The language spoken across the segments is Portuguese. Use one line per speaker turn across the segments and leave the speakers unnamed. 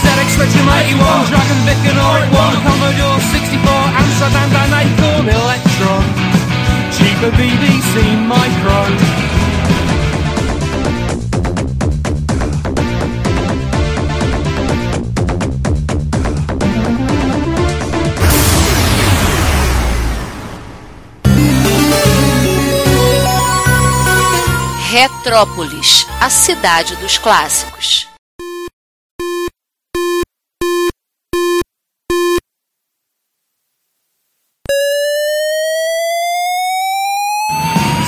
Phantom 81, Dragon Vic and Oric 1, Commodore 64, Amsterdam and Acorn Electron, cheaper BBC Micro.
Retrópolis, a cidade dos clássicos.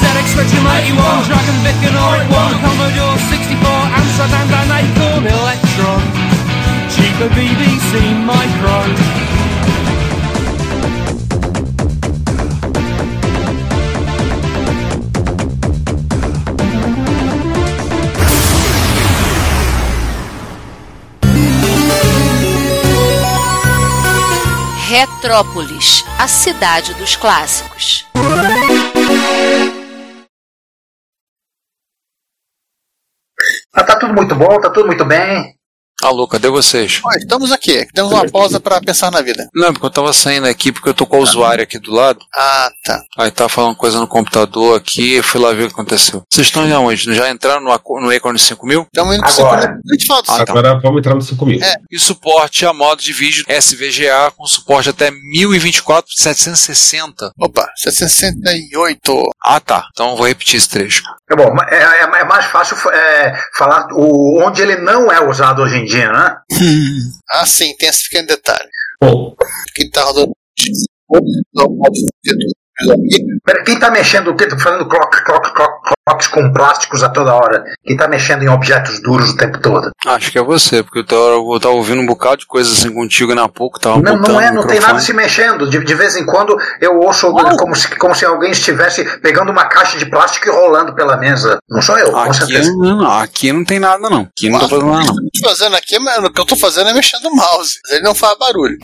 ZX Spectrum 81, Dragon Vic and Oric 1, Commodore 64, Amsterdam and Acorn Electron, cheaper BBC Micro.
Retrópolis, a cidade dos clássicos.
Mas tá tudo muito bom, tá tudo muito bem.
Alô, Tá cadê vocês?
Ó, estamos aqui, demos uma pausa pra pensar na vida.
Não, porque eu tava saindo aqui porque eu tô com o usuário aqui do lado.
Ah, tá.
Aí tava falando coisa no computador aqui, eu fui lá ver o que aconteceu. Vocês estão já onde? Já entraram no, Aco- no Acorn 5000?
Estamos indo pro
Agora.
segundo. A gente fala do
Ah, tá.
Agora vamos entrar no 5000.
É.
E suporte a modo de vídeo SVGA com suporte até 1024 por 760.
Opa, 68.
Ah, tá. Então eu vou repetir esse trecho.
É bom, é, é- é mais fácil é, falar o, onde ele não é usado hoje em dia, né?
Ah, sim, tem esse pequeno detalhe.
Bom,
Que tá rodando.
Pera, quem tá mexendo, o quê? Tô fazendo clock, clock, clock, clocks com plásticos a toda hora. Quem tá mexendo em objetos duros o tempo todo?
Acho que é você, porque eu tava, eu tava ouvindo um bocado de coisa assim contigo ainda há pouco, tava
Não,
botando
não é,
o
não tem nada
microfone.
se mexendo. De, de vez em quando eu ouço como, se, como se alguém estivesse pegando uma caixa de plástico e rolando pela mesa. Não sou eu, com
Aqui
certeza.
não, não, aqui não tem nada, não. Aqui não tô fazendo nada, não.
Tô fazendo aqui, mano, o que eu tô fazendo é mexendo o mouse. Ele não faz barulho.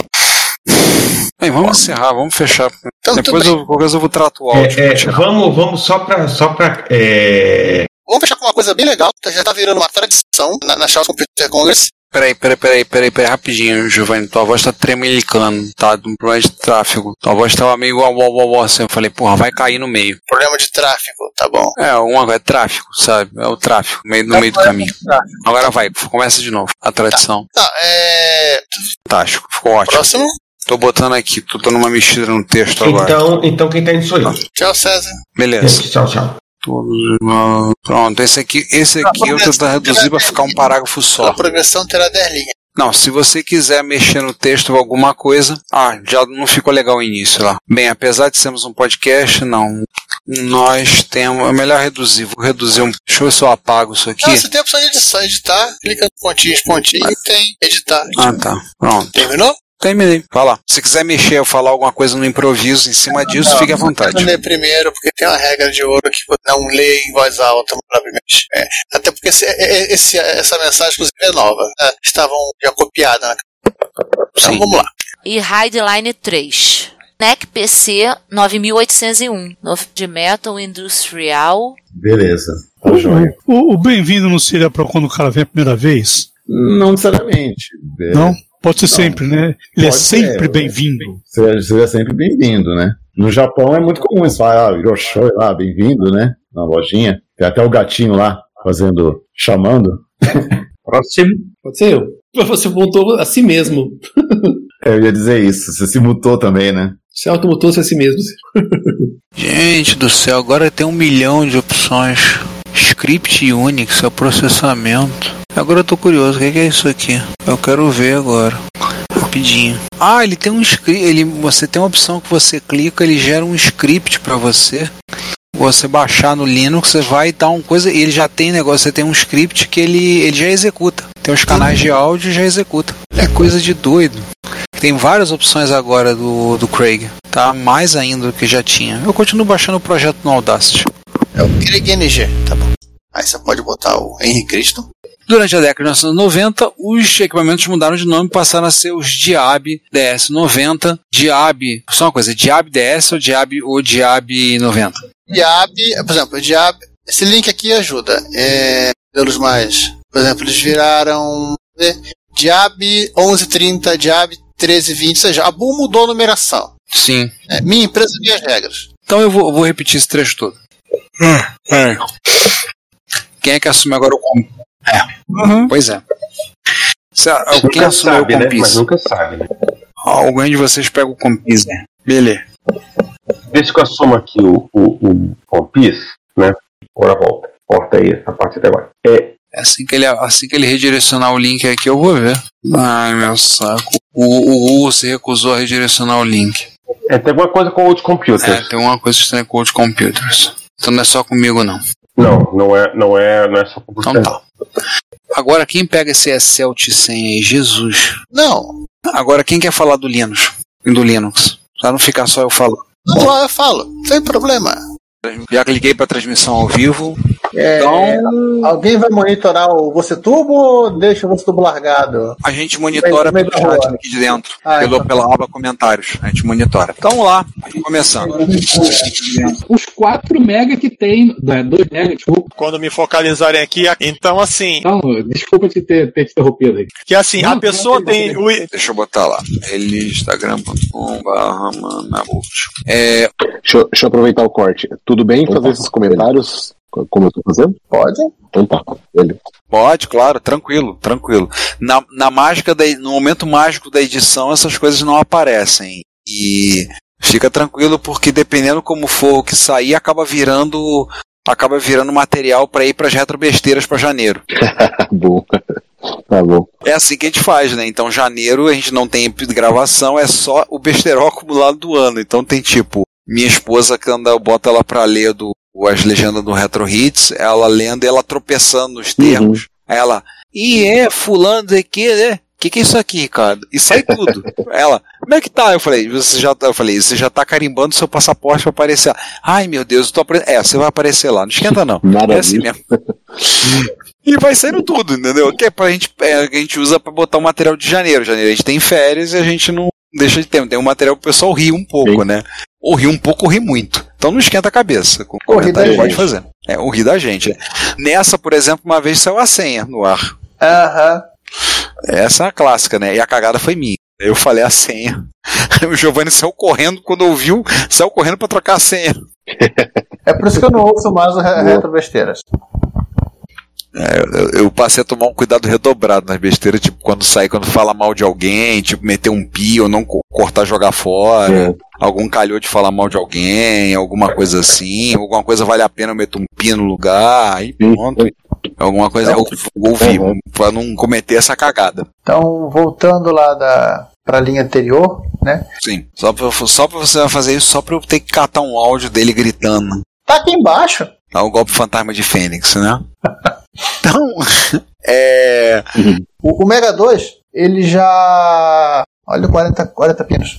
Bem, vamos encerrar, vamos fechar.
Então, tudo
Depois
bem.
eu, qualquer coisa eu vou tratar o
é,
áudio.
é,
pra tirar.
vamos, vamos só pra. Só pra é,
Vamos fechar com uma coisa bem legal, que já tá virando uma tradição na, na Charles Computer Congress.
Peraí, peraí, peraí, peraí, peraí, rapidinho, Giovanni. Tua voz tá tremelicando, tá? De um problema de tráfego. Tua voz tava meio uau, uau, uau, uau, assim. Eu falei, porra, vai cair no meio.
Problema de tráfego, tá bom.
É, um é tráfego, sabe? É o tráfego, meio, no meio do caminho. Agora vai, começa de novo. A tradição.
Tá, é.
Fantástico, ficou ótimo.
Próximo.
Tô botando aqui, tô dando uma mexida no texto agora.
então, então quem tá indo sou eu.
Tchau, César.
Beleza.
Tchau, tchau.
Todos, ah, Pronto, esse aqui, esse aqui eu tô tentando reduzir pra ficar um parágrafo
Pela
só.
progressão terá 10 linhas.
Não, se você quiser mexer no texto ou alguma coisa. Ah, já não ficou legal o início lá. Bem, apesar de sermos um podcast, não. Nós temos. É melhor reduzir. Vou reduzir um. Deixa eu ver se eu apago isso aqui.
Não, você tem a opção de edição, editar, clica no pontinhos, pontinhos, e tem editar.
Ah, tá. Pronto.
Terminou?
Terminei. Vai lá. Se quiser mexer ou falar alguma coisa no improviso em cima disso, fique à vontade.
Não lê primeiro, porque tem uma regra de ouro que você não lê em voz alta, provavelmente. É, Até porque esse- é- é- esse- essa mensagem, inclusive, é nova. né? Estavam já copiadas. Né? Então
Sim.
vamos lá.
E Hideline 3. NEC PC 9801. Novo um. de Metal Industrial.
Beleza. Tá
Uhum.
joia.
O, o bem-vindo não seria pra quando o cara vem a primeira vez?
Não necessariamente. É,
Não? Pode ser sempre, né? Ele é
Pode ser,
sempre
é.
bem-vindo.
Seria, seria é, sempre bem-vindo, né? No Japão é muito comum isso. Fala, ah, Hiroshoi lá, bem-vindo, né? Na lojinha. Tem até o gatinho lá fazendo, chamando.
Próximo. Pode ser eu. Você voltou a si mesmo.
Eu ia dizer isso. Você se mutou também, né?
Você automutou-se a si mesmo.
Gente do céu, agora tem um milhão de opções. Script Unix, é o processamento. Agora eu tô curioso, o que que é isso aqui? Eu quero ver agora. Rapidinho. Ah, ele tem um script. Ele, você tem uma opção que você clica, ele gera um script pra você. Você baixar no Linux, você vai dar uma coisa. Ele já tem negócio, você tem um script que ele, ele já executa. Tem os canais de áudio e já executa. É coisa de doido. Tem várias opções agora do, do Craig. Tá mais ainda do que já tinha. Eu continuo baixando o projeto no Audacity.
É o Craig NG, tá bom. Aí você pode botar o Henry Cristo.
Durante a década de 1990, os equipamentos mudaram de nome e passaram a ser os Diab DS90, Diab, só uma coisa, Diab DS ou Diab ou Diab 90.
Diab, por exemplo, o Diab. Esse link aqui ajuda. É, pelos mais. Por exemplo, eles viraram. né,
Diab 1130, Diab 1320, ou seja, a Boom mudou a numeração.
Sim.
É, minha empresa, minhas regras.
Então eu vou, vou repetir esse trecho todo.
Hum,
Quem é que assume agora o comp? É. Pois é. Se a- Quem
Uhum. nunca
assume
sabe,
É, o
né?
compiz?
Mas nunca sabe, né?
Alguém de vocês pega o compiz, né? Beleza.
Deixa que eu assumo aqui o, o, o One Piece, né? Ora volta. Corta aí essa parte até agora. É,
Assim que, ele, assim que ele redirecionar o link aqui, eu vou ver. Ai, meu saco. O, o Google se recusou a redirecionar o link.
é, tem alguma coisa com outros
É,
computers.
tem uma coisa estranha com outros computers. Então não é só comigo, não.
Não, não é, não é, não é só com
Então tá. Agora quem pega esse Excel T100 aí? Jesus.
Não,
Agora quem quer falar do Linux? Do Linux. Pra não ficar só eu falando.
não lá eu falo, não tem problema.
Já cliquei pra transmissão ao vivo. Então-
Alguém vai monitorar o você tubo ou deixa o você tubo largado?
A gente monitora
Bem, bem
pelo chat
boa.
aqui de dentro.
Ah,
pelo,
então.
Pela aba comentários. A gente monitora. Então vamos lá. Começando.
Os 4 mega que tem. Não, é 2 mega, desculpa.
Quando me focalizarem aqui, então assim,
Não, desculpa te ter, ter te interrompido aí.
que assim, a pessoa tem o
Deixa eu botar lá. Ele instagram.com barra É,
Deixa eu, deixa eu aproveitar o corte. Tudo bem
Então tá.
fazer esses comentários co- como eu tô fazendo? Pode. Então tá. Beleza.
Pode, claro, tranquilo, tranquilo. Na, na mágica da, no momento mágico da edição, essas coisas não aparecem. E fica tranquilo porque dependendo como for o que sair, acaba virando acaba virando material para ir para as retrobesteiras para janeiro.
bom. tá bom.
É assim que a gente faz, né? Então janeiro a gente não tem ep- gravação, é só o besterol acumulado do ano. Então tem tipo, minha esposa que anda, eu boto ela pra ler do, as legendas do Retro Hits, ela lendo e ela tropeçando nos termos. Aí ela, e é fulano de que, né? Que que é isso aqui, Ricardo? E sai tudo. Ela, como é que tá? Eu falei, você já, tá- eu falei, você já tá carimbando seu passaporte pra aparecer. lá." Ai, meu Deus, eu tô aparecendo. É, você vai aparecer lá, não esquenta não.
Maravilha.
É assim mesmo. E vai saindo tudo, entendeu? Que é pra gente, é, que a gente usa pra botar o material de janeiro. Janeiro a gente tem férias e a gente não deixa de ter. Tem um material que o pessoal ri um pouco, né? Ou ri um pouco ou ri muito. Então não esquenta a cabeça. Com
Ou ri
comentário
da
pode
gente.
fazer. É, ou ri da gente. né? Nessa, por exemplo, uma vez saiu a senha no ar.
Aham.
Essa é a clássica, né? E a cagada foi minha. Eu falei a senha. O Giovanni saiu correndo quando ouviu, saiu correndo pra trocar a senha.
É por isso que eu não ouço mais o re- retro besteiras.
É, eu- eu, eu passei a tomar um cuidado redobrado nas besteiras, tipo, quando sai, quando fala mal de alguém, tipo, meter um pi ou não co- cortar, jogar fora. Algum calhou de falar mal de alguém, alguma coisa assim, alguma coisa vale a pena eu meto um pi no lugar, aí pronto. Alguma coisa, eu ouvi, pra não cometer essa cagada.
Então, voltando lá da, pra linha anterior, né?
Sim, só pra, só pra você fazer isso, só pra eu ter que catar um áudio dele gritando.
Tá aqui embaixo.
Tá o golpe fantasma de Fênix, né? Então, é.
O, o Mega 2, ele já. Olha o 40, 40 pinos.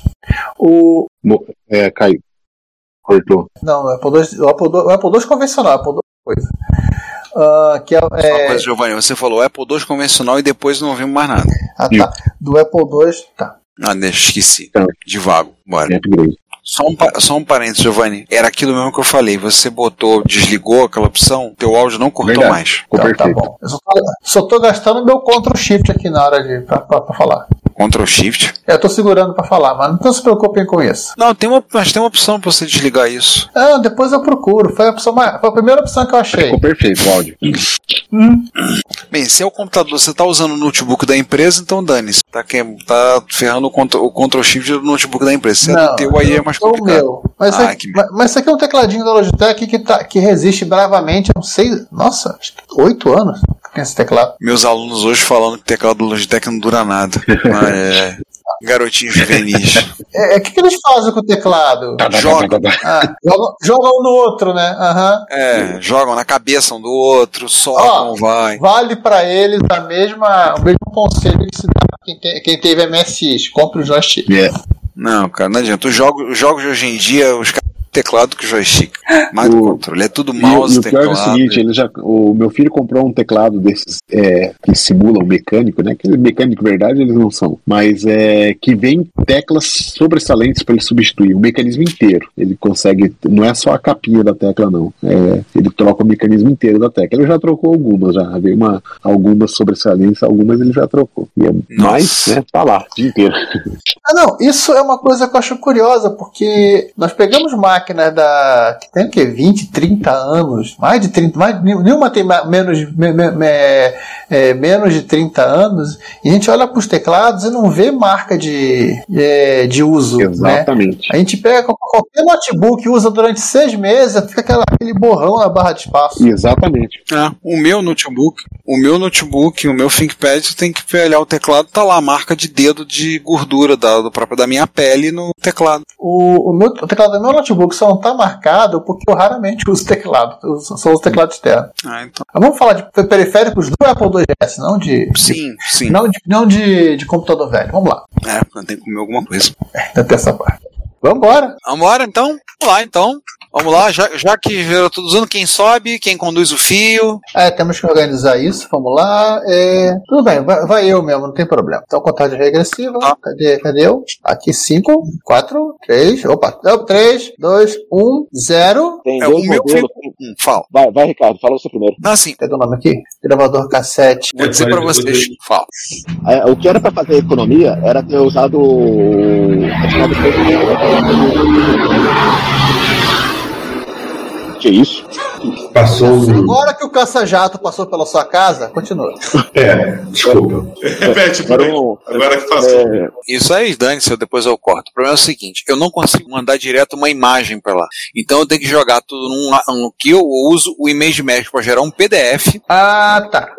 O.
Mo- É, caiu. Cortou.
Não, o Apple II, o Apple II, o Apple II convencional, o Apple II coisa. Ah, que é,
Só uma
é-
coisa, Giovanni, você falou Apple II convencional e depois não ouvimos mais nada.
Ah, tá. Do Apple II, tá.
Ah, deixa, esqueci. De vago, bora. Só um, pa- só um parênteses, Giovanni. Era aquilo mesmo que eu falei. Você botou, desligou aquela opção, teu áudio não cortou
Verdade.
mais.
Então, tá bom. Eu só, tô- só tô gastando meu Ctrl Shift aqui na hora de. pra, pra- pra falar. É,
Ctrl Shift?
Eu tô segurando pra falar, mas não se preocupem com isso.
Não, tem uma, mas tem uma opção pra você desligar isso.
Ah, depois eu procuro. Foi a, opção mais, foi a primeira opção que eu achei.
perfeito o áudio.
Bem, se é o computador, você tá usando o notebook da empresa, então dane-se. Tá, quem- tá ferrando o Ctrl, o Ctrl Shift do notebook da empresa. Se é do teu, aí é mais
o
complicado.
meu. Mas,
Ah,
isso aqui, ma- mas isso aqui é um tecladinho da Logitech que, tá, que resiste bravamente a uns seis. Nossa, acho que oito anos que tem esse teclado.
Meus alunos hoje falando que o teclado do Logitech não dura nada. Mas, é, garotinhos juvenis.
É, é, o que, que eles fazem com o teclado?
Jogam.
Ah, jogam, jogam um no outro, né? Aham.
É, jogam na cabeça um do outro, soltam, vai.
Vale pra eles a mesma, o mesmo conselho que se dá pra quem, te- quem teve MSX. Compre o joystick.
É.
Não, cara, não adianta. Os jogos, os jogos de hoje em dia, os caras teclado que o joystick. Mais do controle. É tudo
E o-
mouse,
e o pior é
teclado. né?
o seguinte, ele já, o meu filho comprou um teclado desses é, que simula o mecânico, né? Que mecânico, verdade, eles não são. Mas é que vem teclas sobressalentes para ele substituir o mecanismo inteiro. Ele consegue, não é só a capinha da tecla, não. É, ele troca o mecanismo inteiro da tecla. Ele já trocou algumas, já veio uma, algumas sobressalentes, algumas ele já trocou. E é, mas, né, tá lá, o dia inteiro.
Ah, não, isso é uma coisa que eu acho curiosa, porque nós pegamos máquinas da. que tem o quê? 20, 30 anos, mais de 30, mais, nenhuma tem ma- menos, me- me- me- é, menos de 30 anos, e a gente olha para os teclados e não vê marca de, é, de uso. né?
Exatamente.
A gente pega qual- qualquer notebook que usa durante seis meses, fica aquela- aquele borrão na barra de espaço.
Exatamente.
Ah, o meu notebook, o meu notebook, o meu ThinkPad, você tem que olhar o teclado, tá lá a marca de dedo de gordura da, do próprio, da minha pele no teclado.
O, o meu, o teclado do meu notebook só não está marcado porque eu raramente uso teclado, eu só só uso teclado externo.
Ah, então.
Mas Vamos falar de periféricos do Apple IIs, não de.
Sim, sim.
Não, de, não de, de computador velho. Vamos lá.
É, eu tenho que comer alguma coisa.
Até essa parte. Vambora.
Vambora, então. Vamos lá, então. Vamos lá, já, já que gerou todos os anos, quem sobe, quem conduz o fio.
É, temos que organizar isso, vamos lá. É, tudo bem, vai, vai eu mesmo, não tem problema. Então, contagem regressiva. Cadê, cadê eu? Aqui, 5, 4, 3, opa, 3, 2, 1, 0.
Tem dois modelos.
Hum, Fala.
Vai, vai, Ricardo, fala você primeiro.
Ah, sim.
Cadê o nome aqui? Gravador cassete.
É, Vou dizer pra vocês. Fala.
É, o que era pra fazer economia era ter usado o- a chamada de- Que isso?
Passou um-
Agora que o caça-jato passou pela sua casa, continua.
É, desculpa.
Repete, Agora que faço. Isso aí, dane-se, eu depois eu corto. O problema é o seguinte: eu não consigo mandar direto uma imagem pra lá. Então eu tenho que jogar tudo num. num- que eu uso o Image Magic pra gerar um PDF.
Ah, tá.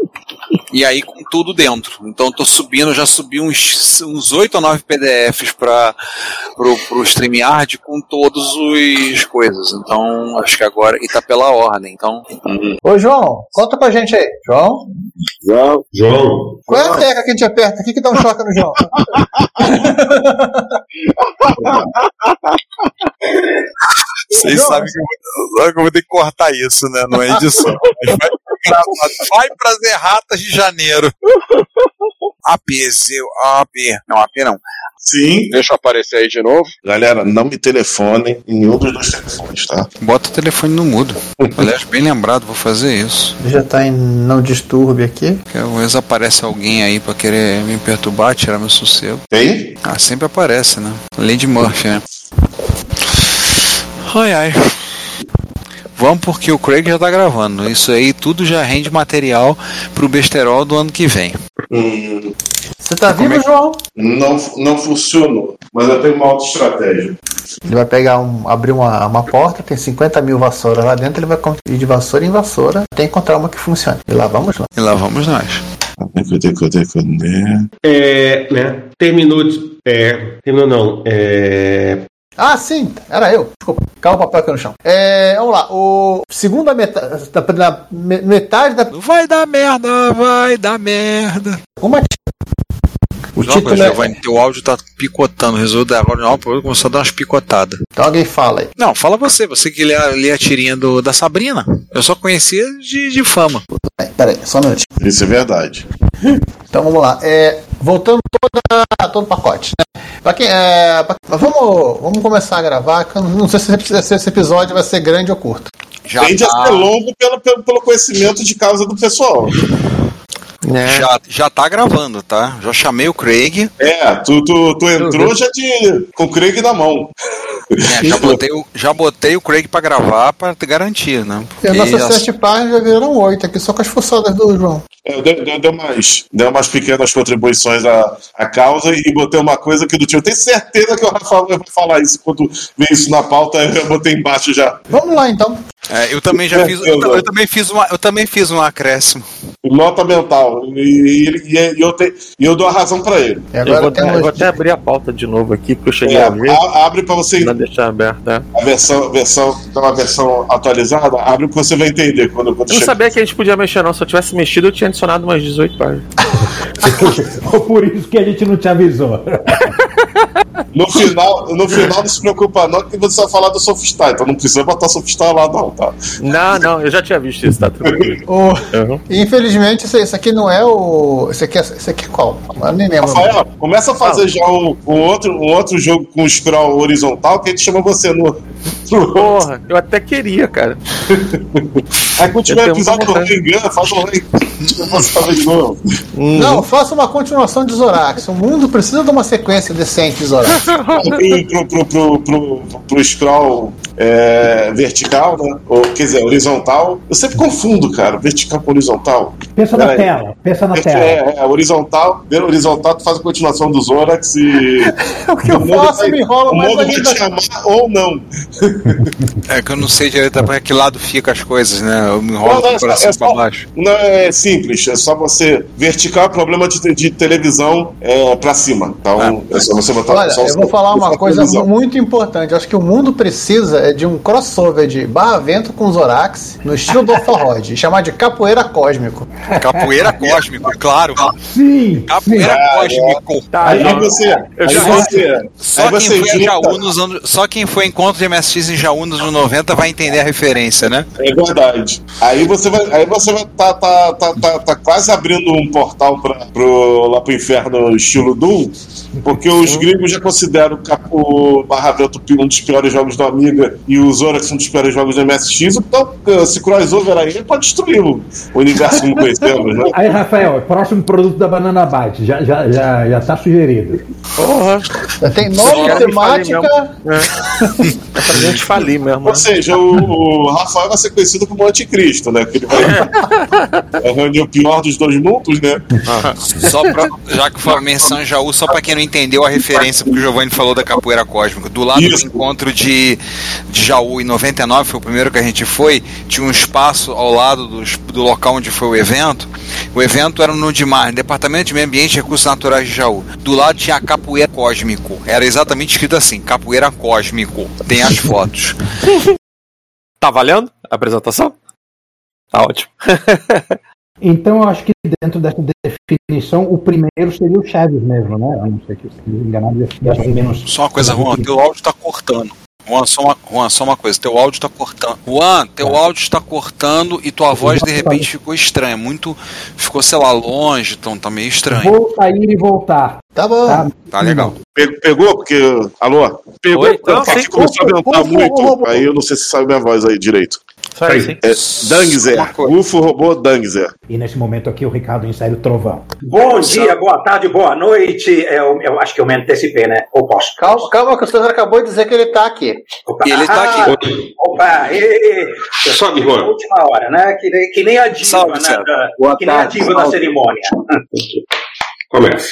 E aí com tudo dentro. Então eu tô subindo, eu já subi uns, uns 8 ou 9 PDFs para pro, pro StreamYard com todas as coisas. Então acho que agora. E tá pela ordem. Então.
Ô, João, conta pra gente aí. João?
João.
João.
Qual é a tecla que a gente aperta aqui que dá um choque no João?
Vocês sabem que eu, vou- sabe que eu vou ter que cortar isso, né? Não é edição. Vai, pra- vai pras erratas de janeiro.
AP, Z, AP. Não, AP não.
Sim.
Deixa eu aparecer aí de novo.
Galera, não me telefonem em nenhum dos dois telefones, tá?
Bota o telefone no mudo. Aliás, bem lembrado, vou fazer isso.
Já tá em não disturbe aqui.
Porque às vezes aparece alguém aí pra querer me perturbar, tirar meu sossego.
Tem?
Ah, sempre aparece, né? Lei de Murphy, né? Ai, ai. Vamos porque o Craig já tá gravando. Isso aí tudo já rende material pro besterol do ano que vem.
Você tá
vivo,
João?
Não, não funcionou, mas eu tenho uma outra estratégia.
Ele vai pegar um, abrir uma, uma porta, tem 50 mil vassouras lá dentro, ele vai con- ir de vassoura em vassoura até encontrar uma que funcione. E lá vamos lá.
E lá vamos nós.
Cadê, cadê, cadê?
É, né? Terminou. de- É, terminou não. É,
Ah, sim, era eu. Desculpa, caiu o papel aqui no chão. É, vamos lá, o segunda metade da, da- me- metade da...
Vai dar merda, vai dar merda.
Uma ti-
O
título é-
Giovanni, teu áudio tá picotando. Resolve dar agora não, porque começou a dar umas picotadas.
Então alguém fala aí.
Não, fala você. Você que lê, a- lê a tirinha do- da Sabrina. Eu só conhecia de, de fama.
Peraí, só um minutinho.
Isso é verdade.
Então vamos lá. É, voltando toda, todo o pacote. Né? Pra quem, é, pra- mas vamos, vamos começar a gravar. que eu não sei se esse- se esse episódio vai ser grande ou curto.
Já tá,
Tende a ser longo pelo, pelo, pelo conhecimento de causa do pessoal.
Já, já tá gravando, tá? Já chamei o Craig.
É, tu, tu, tu entrou já de, com o Craig na mão.
É, já, botei o, já botei o Craig pra gravar pra te garantir,
É
né?
E as nossas
já-
sete páginas já viraram oito aqui, só com as forçadas do João.
É, eu dei, dei- dei umas, dei umas pequenas contribuições à, à causa e botei uma coisa que do tio. Eu tenho certeza que o Rafael vai falar isso quando vê isso na pauta, eu botei embaixo já.
Vamos lá então.
É, eu também já fiz. Eu, ta- eu também fiz uma, eu também fiz um acréscimo.
Nota mental. E, e ele- e ele- e eu, te- e eu dou a razão pra ele.
eu vou, até, eu vou até abrir a pauta de novo aqui, porque eu cheguei
É,
a ver.
a- abre pra você.
Não deixar aberta.
A versão, versão, então a versão atualizada, abre o que você vai entender quando, quando
Eu não
chegar.
sabia que a gente podia mexer, não. Se eu tivesse mexido, eu tinha adicionado umas 18 páginas.
Por isso que a gente não te avisou.
No final, no final não se preocupa não que você vai falar do Sofistar, então não precisa botar Sofistar lá não, tá?
Não, não, eu já tinha visto isso, tá tranquilo.
O-
Uhum.
Infelizmente, isso, isso aqui não é o. Isso aqui é, isso aqui é qual? Eu nem lembro.
Rafael, começa a fazer já um, um outro, um outro jogo com scroll horizontal que a gente chama você no.
Porra, eu até queria, cara.
Aí quando tiver
Eu tenho
episódio do
vontade.
Rengan, faz um o Rengan. Eu vou saber de novo.
Não, faça uma continuação de Zorax. O mundo precisa de uma sequência decente de Zorax.
pro, pro, pro, pro, pro scroll é, vertical, né? Ou, quer dizer, horizontal. Eu sempre confundo, cara, vertical com horizontal.
Pensa na
Peraí.
tela, pensa
Tá
na tela.
É, é, horizontal, ver horizontal, tu faz a continuação do Zorax e. o que
eu
faço me enrola
o
mais
mundo vai
ainda.
te amar ou não.
É que eu não sei direito pra que lado fica as coisas, né? Eu me
Não,
enrolo
não,
com o coração
é,
pra
só,
baixo.
não, é simples, é só você vertical é problema de, te- de televisão é, pra cima. Então, é só você botar
Ah. Olha,
só
eu vou falar uma
só
coisa
televisão.
muito importante. Acho que o mundo precisa é de um crossover de barra-vento com Zorax no estilo do Alfarrod, e chamar de capoeira cósmico.
Capoeira cósmico, é claro.
Tá.
Sim.
Capoeira
sim.
cósmico.
Tá, Aí
não. você- Eu aí já- você-
Só
aí
quem
você
foi a
junta-
Jaú nos anos, só quem foi encontro de MSX em Jaú nos anos 90 vai entender a referência, né?
É verdade. Aí você vai, aí você vai tá, tá, tá, tá, tá quase abrindo um portal pra, pro, lá pro inferno estilo Doom, porque os gringos já consideram o Cap- o Barravento um dos piores jogos do Amiga e o Zorax um dos piores jogos do MSX, então esse crossover aí pode destruir o universo como conhecemos, né?
Aí, Rafael, próximo produto da Banana Bite. Já, já, já, já tá sugerido.
Tem
nove
temática.
A gente falir mesmo. Ou seja, o, o Rafael vai ser conhecido como o anticristo, né? Porque ele vai, vai reunir o pior dos dois mundos, né?
Só pra, já que foi a menção em Jaú, só pra quem não entendeu a referência porque o Giovanni falou da capoeira cósmica. Do lado do encontro de, de Jaú em 99, foi o primeiro que a gente foi, tinha um espaço ao lado dos- do local onde foi o evento. O evento era no DIMAR, no Departamento de Meio Ambiente e Recursos Naturais de Jaú. Do lado tinha a capoeira cósmico. Era exatamente escrito assim, capoeira cósmico. Tem as fotos.
Tá valendo a apresentação? Tá ótimo.
Então, eu acho que dentro dessa definição, o primeiro seria o Chaves mesmo, né? Eu não sei que se enganado, ia ficar mais ou menos.
Só uma coisa, Juan, teu áudio tá cortando. Juan, só uma, Juan, só uma coisa, teu áudio tá cortando. Juan,
Tá.
teu áudio está cortando e tua voz de repente ficou estranha. Muito. Ficou, sei lá, longe, então tá meio estranho.
Vou sair e voltar.
Tá bom.
Tá legal.
Pe- Pegou? Porque. Alô? Pegou?
Oi?
porque
Não,
a parte
sim.
começou a aumentar
Ufo, robô,
muito.
robô.
Aí eu não sei se sabe minha voz aí direito.
Sai, sim.
É, Dangzer. Ufo robô Dangzer.
E nesse momento aqui, o Ricardo insere o trovão.
Bom dia, boa tarde, boa noite. É, Eu, eu acho que eu me antecipei, né? Ou posso?
Calma, calma, que o César acabou de dizer que ele tá aqui.
Opa,
tá
ah, Opa, e, e, eu só
Igor.
na última hora, né? Que, nem- que nem a diva, né,
César.
da,
Boa
que nem a
tarde,
diva da
salve.
cerimônia. Começa.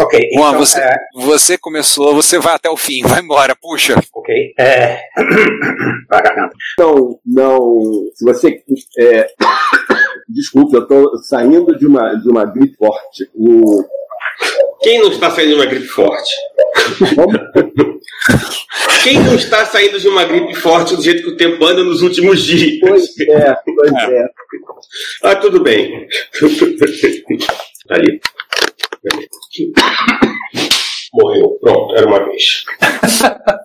Ok,
Juan,
então,
você,
é,
você começou, você vai até o fim, vai embora, puxa.
Ok. É.
Não, não. Se você. É, desculpa, eu estou saindo de uma, de uma gripe forte. O,
Quem não está saindo de uma gripe forte? Quem não está saindo de uma gripe forte do jeito que o tempo anda nos últimos dias? Pois
é, pois é.
Ah, tudo bem. Tá ali. Morreu. Pronto, era uma vez.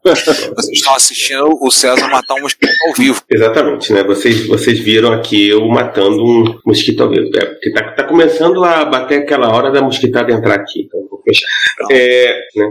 Vocês estão assistindo o César matar um mosquito ao vivo.
Exatamente, né? Vocês, vocês viram aqui eu matando um mosquito ao vivo. É, porque tá, tá começando a bater aquela hora da mosquitada entrar aqui. Então eu vou fechar. É, né?